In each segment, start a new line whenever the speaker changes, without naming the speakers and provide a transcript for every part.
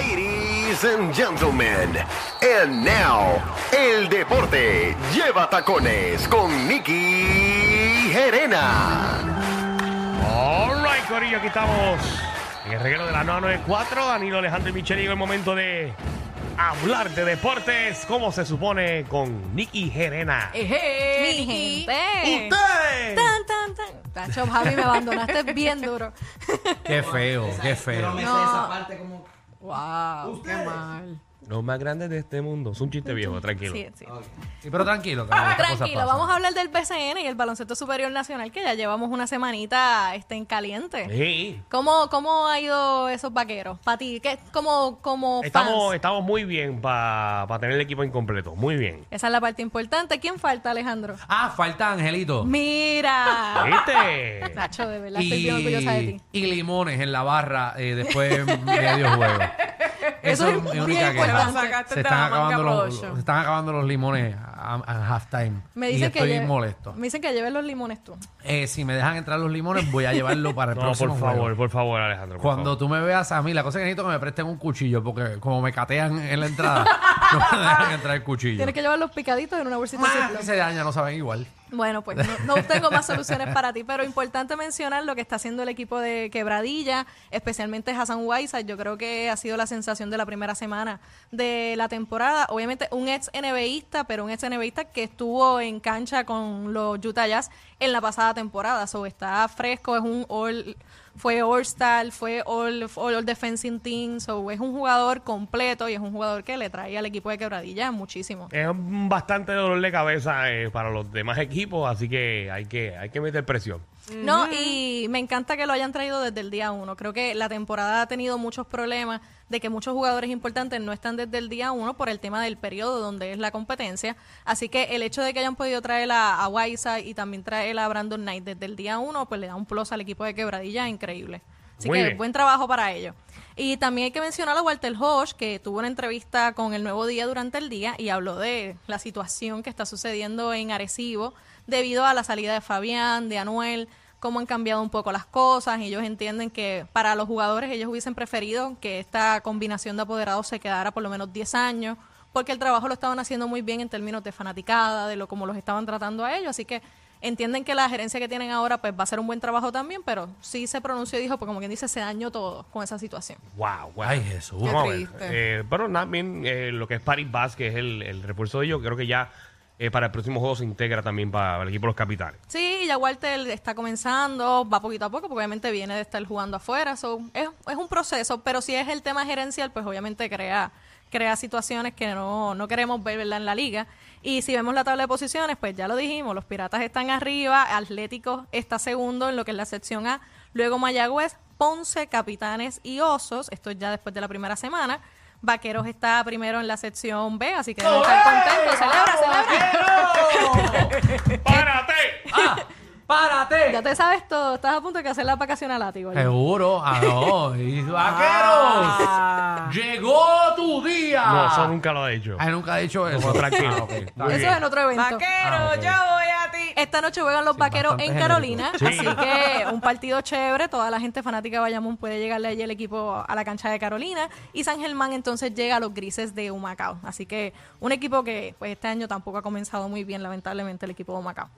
Ladies and gentlemen, and now, el deporte lleva tacones con Nicky Gerena.
All right, Corillo, aquí estamos en el reguero de la 994. Danilo Alejandro y Michelle llegó el momento de hablar de deportes, como se supone, con Nicky Gerena.
Ejé,
Mi
Niki.
gente.
¡Ustedes!
Eh. Tan, tan, tan. Tacho, Javi, me abandonaste bien duro.
Qué feo, qué
Pero
feo.
me
No.
sé esa parte como.
Wow, qué mal.
Los más grandes de este mundo. Es un chiste viejo, tranquilo.
Sí, sí.
Sí, pero tranquilo, Carmen, estas cosas
Tranquilo,
pasan.
vamos a hablar del BCN y el Baloncesto Superior Nacional, que ya llevamos una semanita este, en caliente.
Sí.
¿Cómo, ¿Cómo ha ido esos vaqueros? Para ti, ¿qué, como, como
Estamos,
fans?
estamos muy bien para tener el equipo incompleto. Muy bien.
Esa es la parte importante. ¿Quién falta, Alejandro?
Ah, falta Angelito.
Mira.
¿Viste?
Tacho, de verdad, estoy
Y,
bien orgullosa de ti.
y limones en la barra eh, después medio juego.
Eso
Eso
es
es mi
bien
única
importante.
queja.
Sacaste
Se
de la
están,
manga
acabando los,
pocho.
se están acabando los limones a, a halftime.
Me
y
dicen, que
estoy
lleve-
molesto.
me dicen que lleves los limones tú.
Eh, si me dejan entrar los limones, voy a llevarlo para el
No,
próximo
por favor,
juego.
por favor, Alejandro. por
Cuando
favor.
tú me veas a mí, la cosa es que necesito que me presten un cuchillo, porque como me catean en la entrada, no me dejan entrar el cuchillo.
Tienes que llevar los picaditos en una bolsita
Ah,
Ziploc.
se daña, no saben igual.
Bueno, pues no, no tengo más soluciones para ti, pero importante mencionar lo que está haciendo el equipo de Quebradilla, especialmente Hassan Whiteside. Yo creo que ha sido la sensación de la primera semana de la temporada. Obviamente un ex NBAista, pero un ex NBAista que estuvo en cancha con los Utah Jazz en la pasada temporada. So, está fresco, es un all, fue All Star, fue all, all Defensing Team. So, es un jugador completo y es un jugador que le trae al equipo de Quebradilla muchísimo.
Es un bastante dolor de cabeza eh, para los demás equipos, así que hay que, hay que meter presión.
No, y me encanta que lo hayan traído desde el día uno. Creo que la temporada ha tenido muchos problemas de que muchos jugadores importantes no están desde el día uno por el tema del periodo donde es la competencia. Así que el hecho de que hayan podido traer a, a Whiteside y también traer a Brandon Knight desde el día uno, pues le da un plus al equipo de Quebradilla increíble. Así
Muy
que
bien.
buen trabajo para ellos. Y también hay que mencionar a Walter Hodge, que tuvo una entrevista con El Nuevo Día durante el día y habló de la situación que está sucediendo en Arecibo debido a la salida de Fabián, de Anuel, cómo han cambiado un poco las cosas. Ellos entienden que para los jugadores ellos hubiesen preferido que esta combinación de apoderados se quedara por lo menos 10 años, porque el trabajo lo estaban haciendo muy bien en términos de fanaticada, de lo como los estaban tratando a ellos. Así que entienden que la gerencia que tienen ahora pues va a hacer un buen trabajo también, pero sí se pronunció y dijo, pues como quien dice, se dañó todo con esa situación.
Wow, wow.
Ay, Jesús.
Qué
Vamos a ver.
triste.
Eh, pero también eh, lo que es Paris Bass, que es el, el refuerzo de ellos, creo que ya eh, para el próximo juego se integra también para el equipo de los capitales.
Sí, ya Walter está comenzando, va poquito a poco, porque obviamente viene de estar jugando afuera, so, es, es un proceso, pero si es el tema gerencial, pues obviamente crea, crea situaciones que no, no queremos ver ¿verdad? en la liga. Y si vemos la tabla de posiciones, pues ya lo dijimos, los Piratas están arriba, Atlético está segundo en lo que es la sección A, luego Mayagüez, Ponce, Capitanes y Osos, esto es ya después de la primera semana. Vaqueros está primero en la sección B, así que deben estar contentos, celebra, celebra.
¡Párate!
Ya te sabes todo, estás a punto de que hacer la vacación a látigo.
Eh,
ya.
Seguro. Ah, no. Y vaqueros.
Ah.
Llegó tu día.
No, eso nunca lo ha hecho.
Ay, nunca he dicho eso.
No, tranquilo.
Ah, ok, está
Muy
bien.
Eso
bien.
es en otro evento.
Vaquero,
Ah, ok.
yo voy a ti.
Esta noche juegan los
Sí,
vaqueros
bastante
en
genérico.
Carolina,
Sí.
así que un partido chévere. Toda la gente fanática de Bayamón puede llegarle allí el equipo a la cancha de Carolina. Y San Germán entonces llega a los grises de Humacao. Así que un equipo que pues este año tampoco ha comenzado muy bien, lamentablemente, el equipo de Humacao.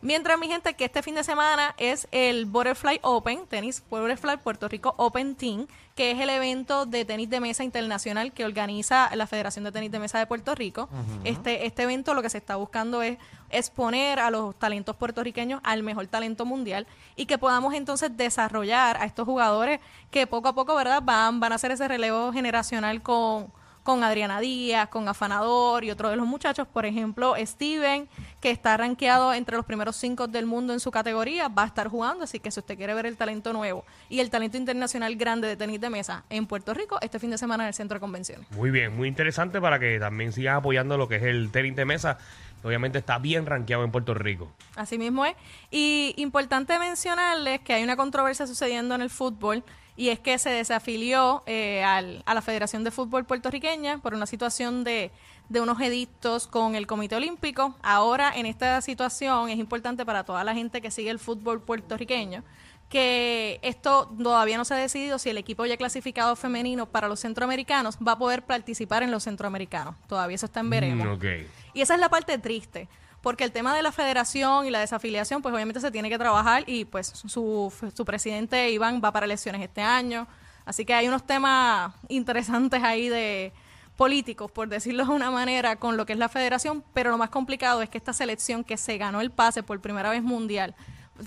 Mientras, mi gente, que este fin de semana es el Butterfly Open, tenis Butterfly Puerto Rico Open Team, que es el evento de tenis de mesa internacional que organiza la Federación de Tenis de Mesa de Puerto Rico. este, este evento lo que se está buscando es exponer a los talentos puertorriqueños al mejor talento mundial y que podamos entonces desarrollar a estos jugadores que poco a poco, ¿verdad?, van, van a hacer ese relevo generacional con con Adriana Díaz, con Afanador y otro de los muchachos, por ejemplo, Steven, que está rankeado entre los primeros cinco del mundo en su categoría, va a estar jugando, así que si usted quiere ver el talento nuevo y el talento internacional grande de tenis de mesa en Puerto Rico, este fin de semana en el Centro de Convenciones.
Muy bien, muy interesante para que también sigan apoyando lo que es el tenis de mesa. Obviamente está bien rankeado en Puerto Rico.
Así mismo es. Y importante mencionarles que hay una controversia sucediendo en el fútbol y es que se desafilió eh, al- a la Federación de Fútbol Puertorriqueña por una situación de, de unos edictos con el Comité Olímpico. Ahora, en esta situación, es importante para toda la gente que sigue el fútbol puertorriqueño que esto todavía no se ha decidido si el equipo ya clasificado femenino para los centroamericanos va a poder participar en los centroamericanos. Todavía eso está en veremos.
Mm, ok.
Y esa es la parte triste, porque el tema de la federación y la desafiliación, pues obviamente se tiene que trabajar y pues su, su presidente Iván va para elecciones este año. Así que hay unos temas interesantes ahí de políticos, por decirlo de una manera, con lo que es la federación, pero lo más complicado es que esta selección que se ganó el pase por primera vez mundial,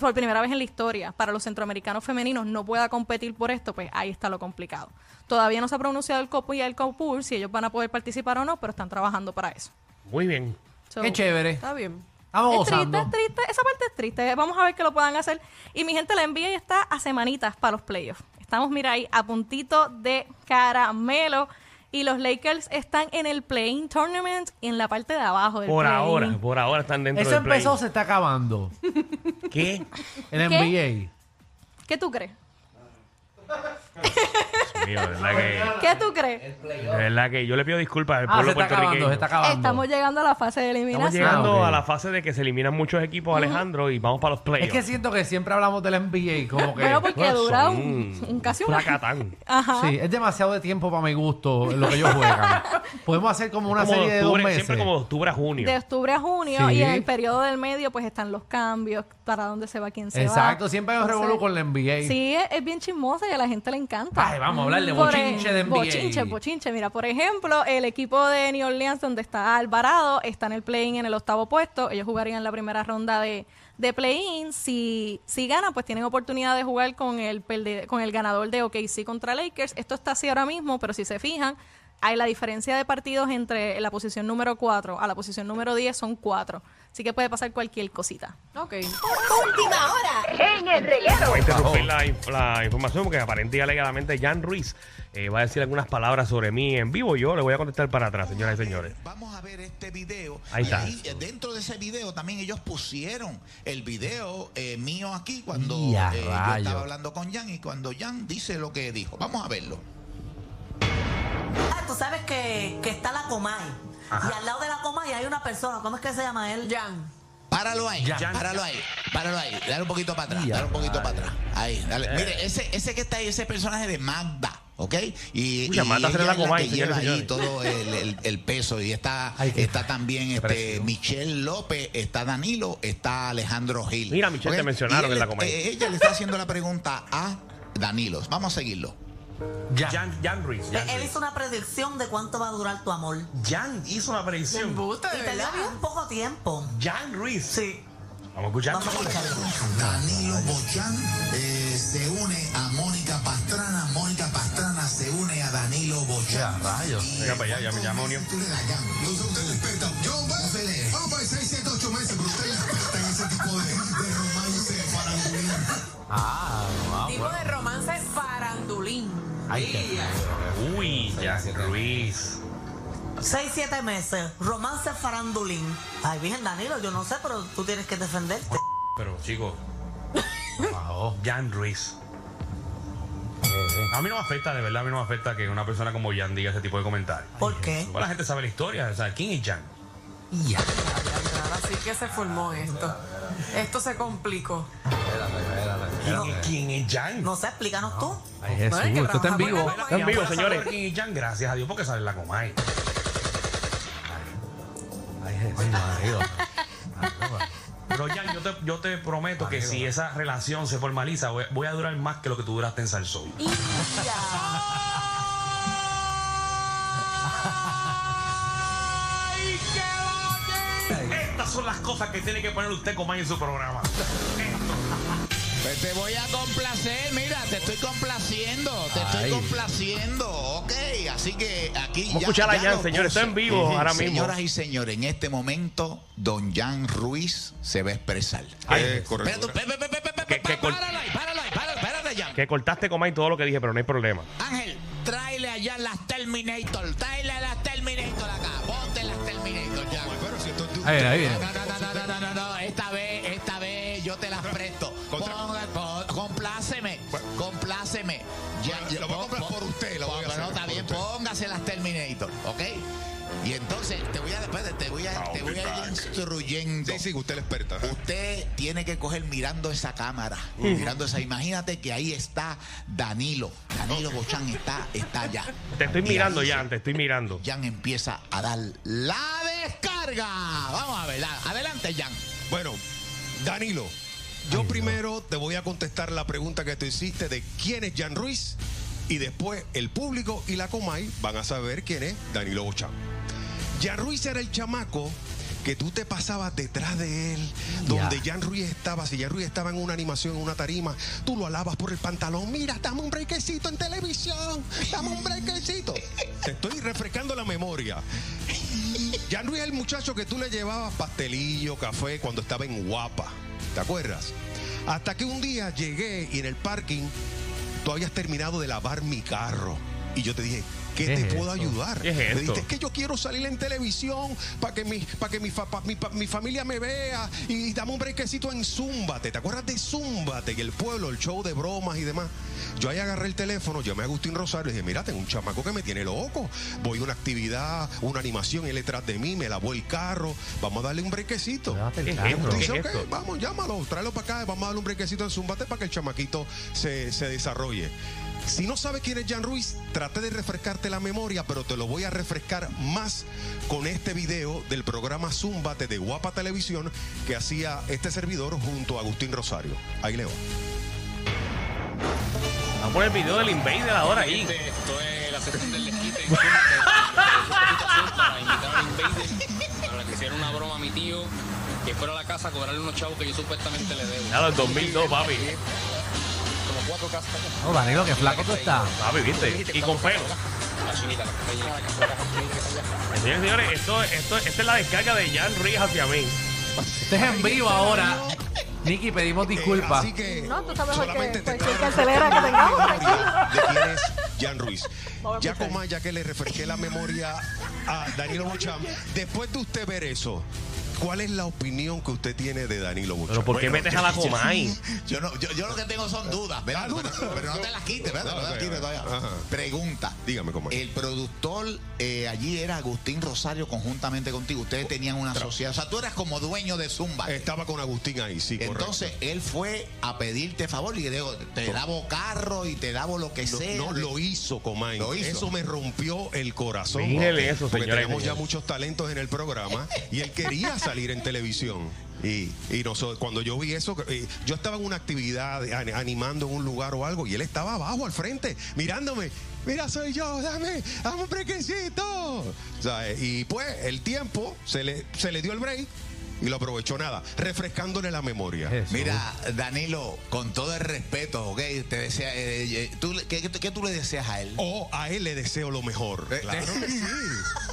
por primera vez en la historia, para los centroamericanos femeninos no pueda competir por esto, pues ahí está lo complicado. Todavía no se ha pronunciado el COPU y el COPUR si ellos van a poder participar o no, pero están trabajando para eso.
Muy bien.
So,
Qué chévere.
Está bien.
Estamos
es triste,
gozando.
es triste. Esa parte es triste. Vamos a ver que lo puedan hacer. Y mi gente, la envía y está a semanitas para los playoffs. Estamos, mira ahí, a puntito de caramelo. Y los Lakers están en el Playing Tournament en la parte de abajo del
Por
play-in.
ahora, por ahora están dentro
Pues Eso
del play.
empezó, se está acabando.
¿Qué?
El
¿Qué?
NBA.
¿Qué tú crees?
Mío, de verdad que,
¿Qué tú crees?
de verdad que yo le pido disculpas al
Ah, se
pueblo
está
puertorriqueño.
acabando, se está acabando.
Estamos llegando a la fase de
Estamos
eliminación.
llegando
Ah, ok.
a la fase de que se eliminan muchos equipos, Alejandro, y vamos para los playoffs.
Es que siento que siempre hablamos del NBA, como que...
Bueno, pues, porque
Bueno,
dura
son
un, un- casi un
Placatán.
Sí, es demasiado de tiempo para mi gusto lo que ellos juegan. Podemos hacer como una
Como de
serie de dos
octubre,
meses.
Siempre como de octubre a junio.
de octubre a junio
Sí.
y en el periodo del medio pues están los cambios, para dónde se va, quién se va.
Exacto, siempre hay un
Entonces,
revolú con la NBA.
Sí, es, es bien chismosa y a la gente le encanta.
Ay, vamos a hablar de
Por
bochinche
e-
de NBA.
Bochinche, bochinche. Mira, por ejemplo, el equipo de New Orleans, donde está Alvarado, está en el play-in en el octavo puesto. Ellos jugarían la primera ronda de, de play-in. Si, si ganan, pues tienen oportunidad de jugar con el, perde- con el ganador de OKC contra Lakers. Esto está así ahora mismo, pero si se fijan, hay la diferencia de partidos entre la posición número 4 a la posición número 10 son 4. Así que puede pasar cualquier cosita.
Ok.
Voy a interrumpir la, inf- la información porque aparente y alegadamente Jan Ruiz eh, va a decir algunas palabras sobre mí en vivo. Yo le voy a contestar para atrás, señoras y señores.
Vamos a ver este video.
Ahí
Y
está.
dentro de ese video también ellos pusieron el video eh, mío aquí cuando
Y a
eh, yo
rayos.
estaba hablando con Jan y cuando Jan dice lo que dijo. Vamos a verlo.
Ah, tú sabes que, que está la Comay. Y al lado de la Comay hay una persona. ¿Cómo es que se llama él?
Jan.
Páralo ahí,
Jan.
páralo ahí, páralo ahí. Dale un poquito para atrás,
Y a
dale un poquito
rayos.
para atrás. Ahí, dale.
Eh.
Mire, ese, ese que está ahí, ese personaje de Magda. ¿Ok? Y,
Uy, la
y
Magda será la
es
Comay,
que
señores
lleva
y
ahí
señores.
todo el, el- el peso. Y está,
Ay, qué-
está también este,
precio.
Michelle López, está Danilo, está Alejandro Gil.
Mira, Michelle,
¿Ok?
te mencionaron
Y él
en la
le-
Comay.
eh, ella le está haciendo la pregunta a Danilo. Vamos a seguirlo.
Ya.
Jan, Jan Ruiz. Jan,
Él hizo una predicción de cuánto va a durar tu amor. Y
Ruiz. Jan hizo una predicción.
Embuste, de
te
verdad.
dio bien poco tiempo.
Jan Ruiz.
Sí.
Vamos a escuchar.
Vamos a escucharlo.
Danilo Bochán eh, se une a Mónica Pastrana. Mónica Pastrana se une a Danilo Bochán.
rayos.
Y-
Venga para allá, ya me llama Unión.
Tú le das ya. Entonces usted respeta. Yo, no se lee. Vamos para 6, 7, 8 meses, pero usted respeta en ese tipo de, de romance farandulín.
Ah, vamos.
Tipo de romance farandulín.
Ay, qué
Uy, Jan Ruiz.
Seis, siete meses. Romance farandulín. Ay, Virgen Danilo, yo no sé, pero tú tienes que defenderte.
Pero, chico,
guapo.
Jan Ruiz.
Eh.
A mí no me afecta, de verdad, a mí no me afecta que una persona como Jan diga ese tipo de comentarios.
¿Por qué?
Bueno, la gente sabe la historia, o sea, ¿quién es Jan?
Ya.
Ahora sí que se formó esto. Esto se complicó.
¿Quién, es- quién es Jan?
No sé, explícanos tú.
Bueno,
Ay,
hay
Jesús,
que
esto está
trabajar
en
con
vivo.
la
Está en
Y
vivo.
ahora
señores.
sabemos ¿Quién es Jan? Gracias a Dios porque sale la comay.
Ay, Jesús, marido.
Pero Jan, yo te, yo te prometo que si esa relación se formaliza, voy, voy a durar más que lo que tú duraste en Salsón. Estas son las cosas que tiene que poner usted Comay en su programa.
Pues te voy a complacer, mira, te estoy complaciendo, te estoy
Ay.
complaciendo, ok. Así que aquí.
Vamos a escuchar a Jan,
lo
señores,
puse.
está en vivo
Ujú.
ahora mismo.
Señoras y señores, en este momento, don Jan Ruiz se va a expresar. Eh, correcto. Espérate, espérate, espérate,
Que- que col-
páralo ahí, páralo ahí, páralo, espérate, Jan.
Que cortaste coma y todo lo que dije, pero no hay problema.
Ángel, tráele a Jan las Terminator, tráele a las Terminator acá, ponte las Terminator, Jan.
Ahí viene, ahí
No,
viene.
no, no, no, no, no, no, esta vez, esta vez yo te las presto. Ponga- pon- compláceme, compláceme. Ya, ya,
lo voy a
pon-
comprar
pon-
por usted, lo voy a
pon-
hacer
No, está
por
bien,
usted. Ah,
póngase las Terminator, ¿ok? Y entonces te voy a, espérate, te voy a, te voy a instru- construyendo.
Sí, sí, usted es la experta. ajá.
Usted tiene que coger mirando esa cámara, mirando esa. Imagínate que ahí está Danilo. Danilo Bochán está, está allá.
Te estoy
Y
mirando,
ahí
Jan, te estoy mirando.
Jan empieza a dar la descarga. Vamos a ver, a- adelante, Jan.
Bueno, Danilo, yo primero te voy a contestar la pregunta que tú hiciste de quién es Jan Ruiz y después el público y la Comay van a saber quién es Danilo Bocham. Jan Ruiz era el chamaco que tú te pasabas detrás de él, donde Jan Ruiz estaba, si Jan Ruiz estaba en una animación, en una tarima, tú lo alabas por el pantalón, mira, dame un brequecito en televisión, dame un brequecito. Te estoy refrescando la memoria. Jan Ruiz es el muchacho que tú le llevabas pastelillo, café cuando estaba en Guapa. ¿Te acuerdas? Hasta que un día llegué y en el parking tú habías terminado de lavar mi carro. Y yo te dije, ¿qué,
¿Qué
te
es
puedo
esto?
ayudar?
¿Qué es
me
esto?
dijiste, es que yo quiero salir en televisión para que, mi, pa' que mi, fa- pa- mi, pa- mi familia me vea y dame un brequecito en Zúmbate. ¿Te acuerdas de Zúmbate? Que el pueblo, el show de bromas y demás. Yo ahí agarré el teléfono, llamé a Agustín Rosario y dije, mira, tengo un chamaco que me tiene loco. Voy a una actividad, una animación, él detrás de mí, me lavó el carro, vamos a darle un brequecito.
Llévate el
¿Qué
carro.
ejemplo?
Dice,
¿Qué es
ok,
esto?
vamos, llámalo, tráelo para acá, vamos a darle un brequecito en Zumbate para que el chamaquito se, se desarrolle. Si no sabes quién es Jan Ruiz, trate de refrescarte la memoria, pero te lo voy a refrescar más con este video del programa Zúmbate de Guapa Televisión que hacía este servidor junto a Agustín Rosario. Ahí leo.
Vamos a poner el video del Invader ahora ahí.
Esto es la sección del desquite. Para invitar al Invader, para que hiciera una broma a mi tío, que fuera a la casa a cobrarle unos chavos que yo supuestamente le debo.
Ya los 2002, papi.
Como cuatro casas.
No, Danilo, qué flaco tú estás.
Papi, viste. Y con pelo.
La chinita, la chinita, la chinita, la chinita, la chinita.
Señores, señores, esto, esto, esta es la descarga de Jan Ruiz hacia mí.
Este es en vivo ahora. Nicky, pedimos
Eh,
disculpas.
así que
No, tú sabes
solamente
cualquier-
te
cualquier
trae
carcelera que tengamos,
la memoria de quién es Jan Ruiz.
Vamos a
Ya
escuchar.
coma, ya que le refresqué la memoria a Danilo Bucham. Después de usted ver eso, ¿cuál es la opinión que usted tiene de Danilo Bucham?
Pero ¿por qué
Bueno,
metes
yo-
a la
yo-
Comay?
Yo, no, yo, yo lo que tengo son dudas,
Ah,
¿verdad? Pero, pero no te las quites, ¿verdad? No te las quites todavía.
Ajá.
Pregunta.
Dígame, Comay.
El productor eh, allí era Agustín Rosario conjuntamente contigo. Ustedes tenían una sociedad. O sea, tú eras como dueño de Zumba.
Estaba con Agustín ahí, sí, Eh, correcto.
Entonces él fue a pedirte favor y digo, te davo carro y te davo lo que
No,
sea.
no, lo hizo, Comay.
Lo hizo.
Eso me rompió el corazón.
Mírenle eso,
Porque
señores,
tenemos ya
señores.
muchos talentos en el programa y él quería salir en televisión. Y, y nosotros, cuando yo vi eso, eh, yo estaba en una actividad eh, ani- animando en un lugar o algo y él estaba abajo al frente mirándome. Mira, soy yo, dame, dame un brequecito. ¿Sabes? Y pues el tiempo se le, se le dio el break y lo aprovechó nada, refrescándole la memoria.
Jesús.
Mira, Danilo, con todo el respeto, ¿ok? Te desea, eh, eh, ¿tú le- qué, qué- qué tú le deseas a él?
O a él le deseo lo mejor. Claro que sí.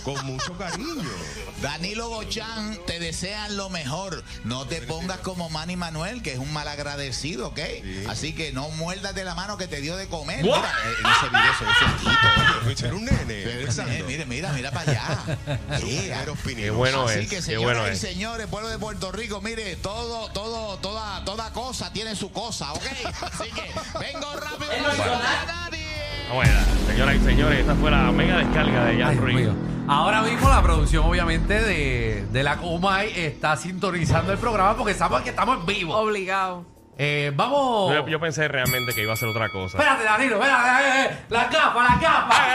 Con mucho cariño.
Danilo Bochán, te desean lo mejor. No te pongas como Manny Manuel, que es un malagradecido, ¿ok? Así que no muerdas de la mano que te dio de comer.
¡Guau!
Mira, eh, en ese video se ve flaquito, oye.
Era un nene.
Eh,
empezando.
Mira, mira, mira para allá. Sí,
Era
Qué
opinión.
bueno
Así
es.
que
qué
señoras
bueno
y
es.
señores, pueblo de Puerto Rico, mire, todo, todo, toda, toda cosa tiene su cosa, ¿ok? Así que vengo rápido. no
hizo
nada. nadie.
Ah, Bueno, señoras y señores, esta fue la mega descarga de
Ay,
Jan
Dios
Ruiz.
mío. Ahora mismo la producción, obviamente, de, de la Comay está sintonizando el programa porque sabemos que estamos en vivo.
Obligado.
Eh, vamos.
Yo, yo pensé realmente que iba a ser otra cosa.
Espérate, Danilo, espérate, eh, eh, la capa, la
Eh,
capa.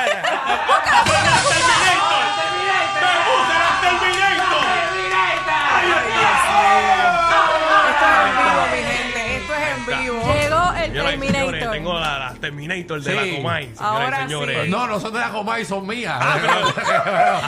Esto es en vivo, mi gente. Esto es en vivo.
Llegó el
Señoras y señores,
Terminator.
tengo la, la Terminator de
Sí.
la Comay. Señoras
Ahora
y señores.
sí.
No, no son de la Comay, son mías.
Ah,
Eh,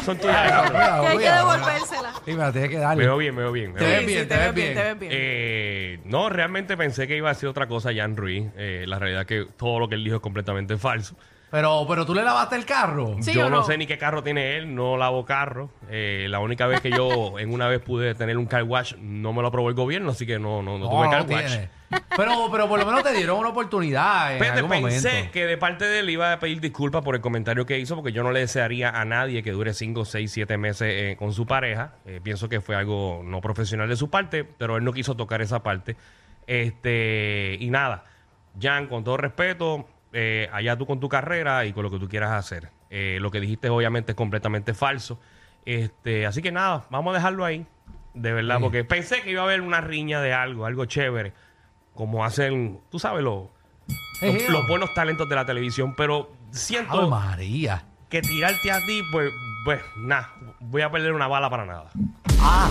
Son tuyas, cabrón.
Que hay que
Mira, mira.
devolvérsela.
Sí, pero tienes que
Me veo
darle.
bien, me veo bien. me
Te
veo
ves
bien.
Sí,
bien,
sí,
te ves bien.
te ves bien.
Eh, no, realmente pensé que iba a ser otra cosa Jan Ruiz. Eh, la realidad es que todo lo que él dijo es completamente falso.
Pero, pero tú le lavaste el carro.
Sí
yo
o
no
no.
sé ni qué carro tiene él, no lavo carro. Eh, la única vez que yo en una vez pude tener un car wash no me lo aprobó el gobierno, así que no, no, no
Oh,
tuve car wash.
tiene. Pero, pero por lo menos te dieron una oportunidad en
Pero
algún
pensé
momento.
que de parte de él iba a pedir disculpas por el comentario que hizo, porque yo no le desearía a nadie que dure 5, 6, 7 meses eh, con su pareja. Eh, pienso que fue algo no profesional de su parte, pero él no quiso tocar esa parte. Este, y nada, Jan, con todo respeto, eh, allá tú con tu carrera y con lo que tú quieras hacer. Eh, lo que dijiste obviamente es completamente falso. Este, así que nada, vamos a dejarlo ahí. de verdad, porque pensé que iba a haber una riña de algo, algo chévere, como hacen, tú sabes, los, los, los buenos talentos de la televisión, pero
Ave
siento
María.
que tirarte a ti, pues, pues, nada, voy a perder una bala para nada.
Wow.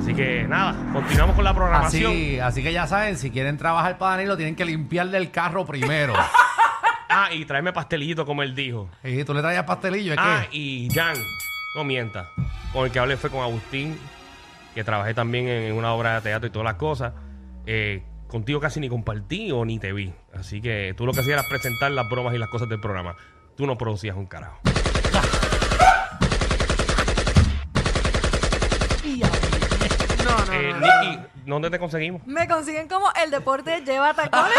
Así que nada, continuamos con Oh, la programación.
Así, así que ya saben, si quieren trabajar para Danilo, tienen que limpiarle el carro primero.
Ah, y tráeme pastelillito, como él dijo.
y tú le traías pastelillo, ¿es
Ah,
qué?
y Jan, no mienta. Con el que hablé fue con Agustín, que trabajé también en una obra de teatro y todas las cosas. Eh, contigo casi ni compartí o ni te vi. Así que tú lo que hacías era presentar las bromas y las cosas del programa. Tú no producías un carajo.
No, no,
Eh,
no.
Nicky, ¿dónde te conseguimos?
Me consiguen como el deporte lleva tacones.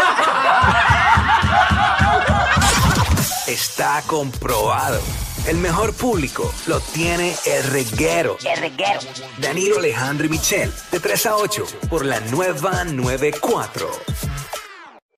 Está comprobado. El mejor público lo tiene el reguero. El reguero. Danilo Alejandro y Michel, de 3 a 8, por la nueva 94.